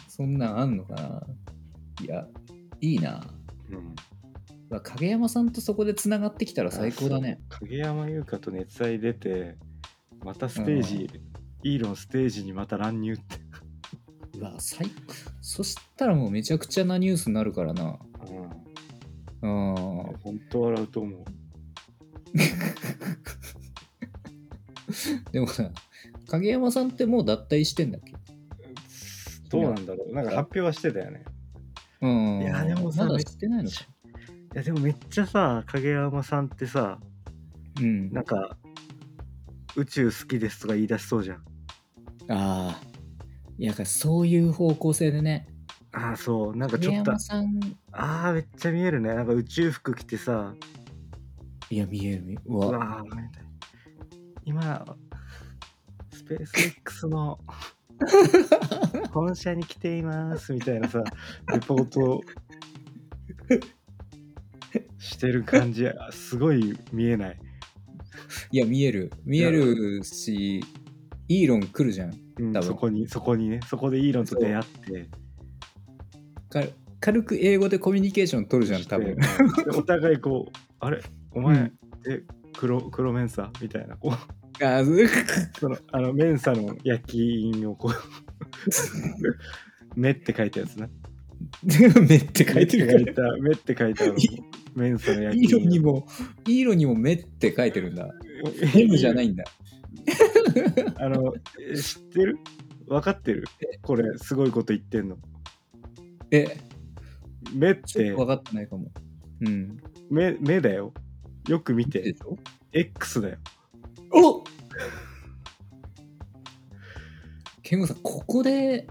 B: そんなんあんのかないや、いいな。
A: うん。
B: うわ影山さんとそこでつながってきたら最高だね。
A: あ。そう影山優香と熱愛出て、またステージ、イーロンステージにまた乱入って。
B: うわ、最高。そしたらもうめちゃくちゃなニュースになるからな。
A: うん。
B: うん。
A: 本当笑うと思う。
B: でもさ、影山さんってもう脱退してんだっけ
A: どうなんだろう。なんか発表はしてたよね。
B: うん。
A: いやでもさ
B: まだしてないのか。
A: いや、でもめっちゃさ、影山さんってさ、
B: うん。
A: な
B: あ
A: んか、宇宙好きですとか言い出しそうじゃん。
B: あー。いや、だからそういう方向性でね。
A: ああ、そう。なんかち
B: 影
A: ょっと
B: 山、さん、
A: ああ、めっちゃ見えるね。なんか宇宙服着てさ、
B: いや、見える見える。う
A: う
B: わ。
A: わあ、今、スペース X の本社に来ていますみたいなさ、レポートをしてる感じ、すごい見えない。
B: いや、見える。見えるし、イーロン来るじゃ
A: う
B: ん。
A: ん
B: 多分
A: そこに、そこにね、そこでイーロンと出会って、
B: か軽く英語でコミュニケーション取るじゃん、多分。
A: してでお互いこう、あれ、お前、
B: うん
A: え黒黒メンサみたいな、こう。
B: あ そう
A: そのあのメンサの焼き印をこ う目って書いたやつな。
B: めって書いてるから。
A: 目って書いた目って書いたあ のメンサの焼
B: イー
A: き
B: ロンに
A: 印を。
B: も、イーロンにもめって書いてるんだ。
A: ム。
B: M じゃないいんだ。
A: あのえ知ってる？分かってる？これすごいこと言ってんの。
B: え、
A: 目っ
B: ちょってと分かってないかも。うん。
A: 目目だよ。よく見
B: で
A: て
B: し。ょ
A: X だよ。
B: おケンゴさん、ここで、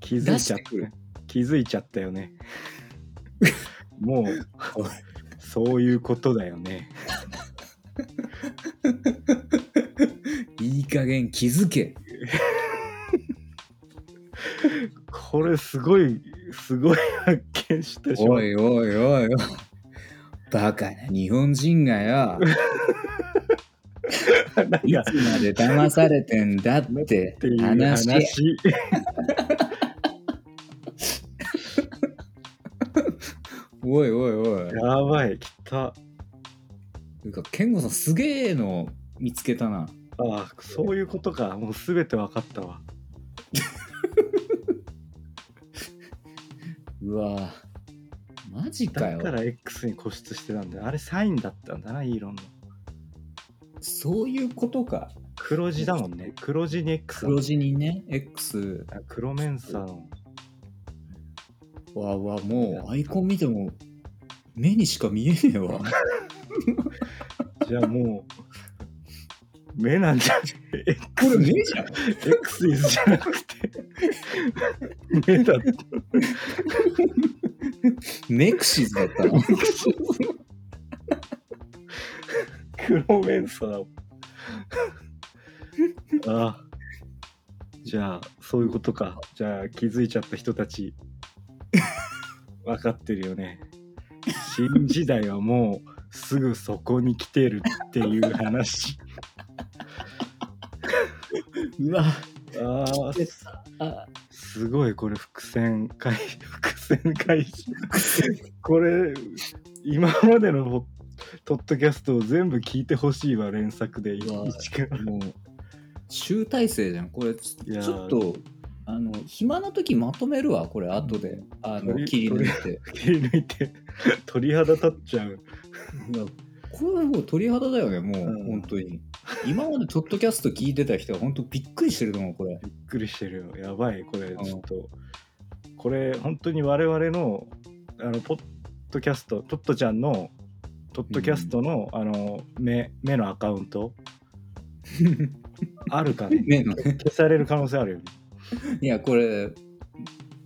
A: 気づい
B: 出
A: ち
B: し
A: ゃって
B: くる
A: た。気づいちゃったよね。もうそういうことだよね。
B: いい加減気づけ。
A: これすごいすごい発見したし。
B: おいおいおいおい。バカな日本人がよ。
A: なんか
B: いつまで騙されてんだって
A: っていう話
B: 話。おいおいおい。
A: やばい来たあ
B: てか、ケンゴさんすげえの見つけたな。
A: あそういうことかもう全て分かったわ
B: うわマジか
A: だ
B: よ。
A: から X に固執してたんだよあれサインだったんだなイーロンの
B: そういうことか。
A: 黒字だもんね黒字に X だもん
B: 黒字にね、X
A: あ黒メンサの
B: は、はもうアイコン見ても、目にしか見えねえ わ。
A: じゃあもう目なんじゃ
B: これ目じゃん。
A: X イズじゃなくて 目だって
B: ネクシズだったの。
A: 黒メンサだもん ああじゃあそういうことかじゃあ気づいちゃった人たち分かってるよね新時代はもうすぐそこに来てるっていう話
B: うわ。
A: ああ
B: あ
A: すごいこれ伏線回 伏線回収これ今までのポッポッドキャストを全部聞いてほしいわ連作で
B: うわ
A: 一から
B: もう、集大成じゃん。これ、ち
A: いやー
B: ょっと、あの、暇な時まとめるわ、これ、後で。あの、
A: 取り
B: 切り抜いて。
A: 切り抜いて 鳥肌立っちゃう
B: いやこれもう鳥肌だよね、もう、
A: うん
B: 本当に。今までポッドキャスト聞いてた人は、本当びっくりしてると思う、これ。
A: びっくりしてるよやばいこれ
B: うん
A: ちょっとこれ本当に我々のあのポッドキャストトットちゃんのトットキャストの、あの目目のアカウントあるかね
B: ね
A: 消される可能性あるよね
B: いや、これ、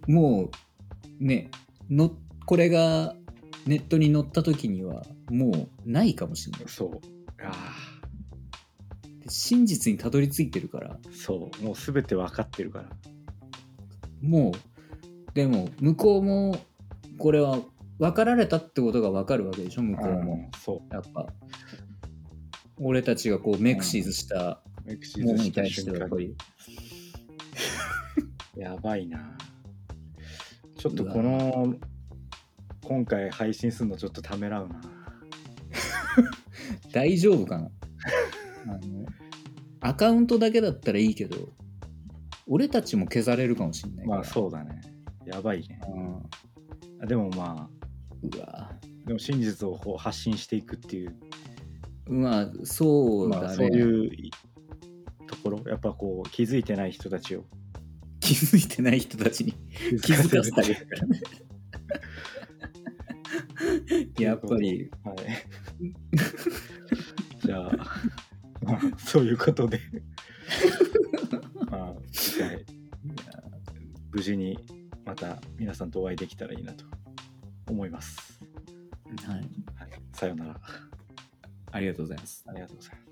B: もう、ね、の、これが、ネットに載った時には、もう、ないかもしれない。
A: そうああ
B: 真実にたどり着いてるから。
A: そうもう全て分かってるから
B: もうでも向こうもこれは分かられたってことが分かるわけでしょ向こうも、
A: そ
B: やっぱ俺たちがこうメクシーズした
A: うメクシ
B: も
A: ー
B: の
A: ズ
B: に
A: した
B: 対し
A: 瞬
B: て
A: 間
B: はやっぱり
A: やばいなちょっとこの今回配信するのちょっとためらうな
B: 大丈夫かなあのアカウントだけだったらいいけど俺たちも消されるかもしれないから
A: まあそうだねやばいね
B: うん
A: あでもまあ
B: うわ
A: でも真実をこう発信していくっていう
B: まあそうだね、
A: まあ、そういうところやっぱこう気づいてない人たちを
B: 気づいてない人たちに 気づかせてあげるからね やっぱり
A: はいじゃあまあそういうこと でまあ次回無事にまた皆さんとお会いできたらいいなと思います、
B: はい、
A: はい、さようなら
B: ありがとうございます。
A: ありがとうございます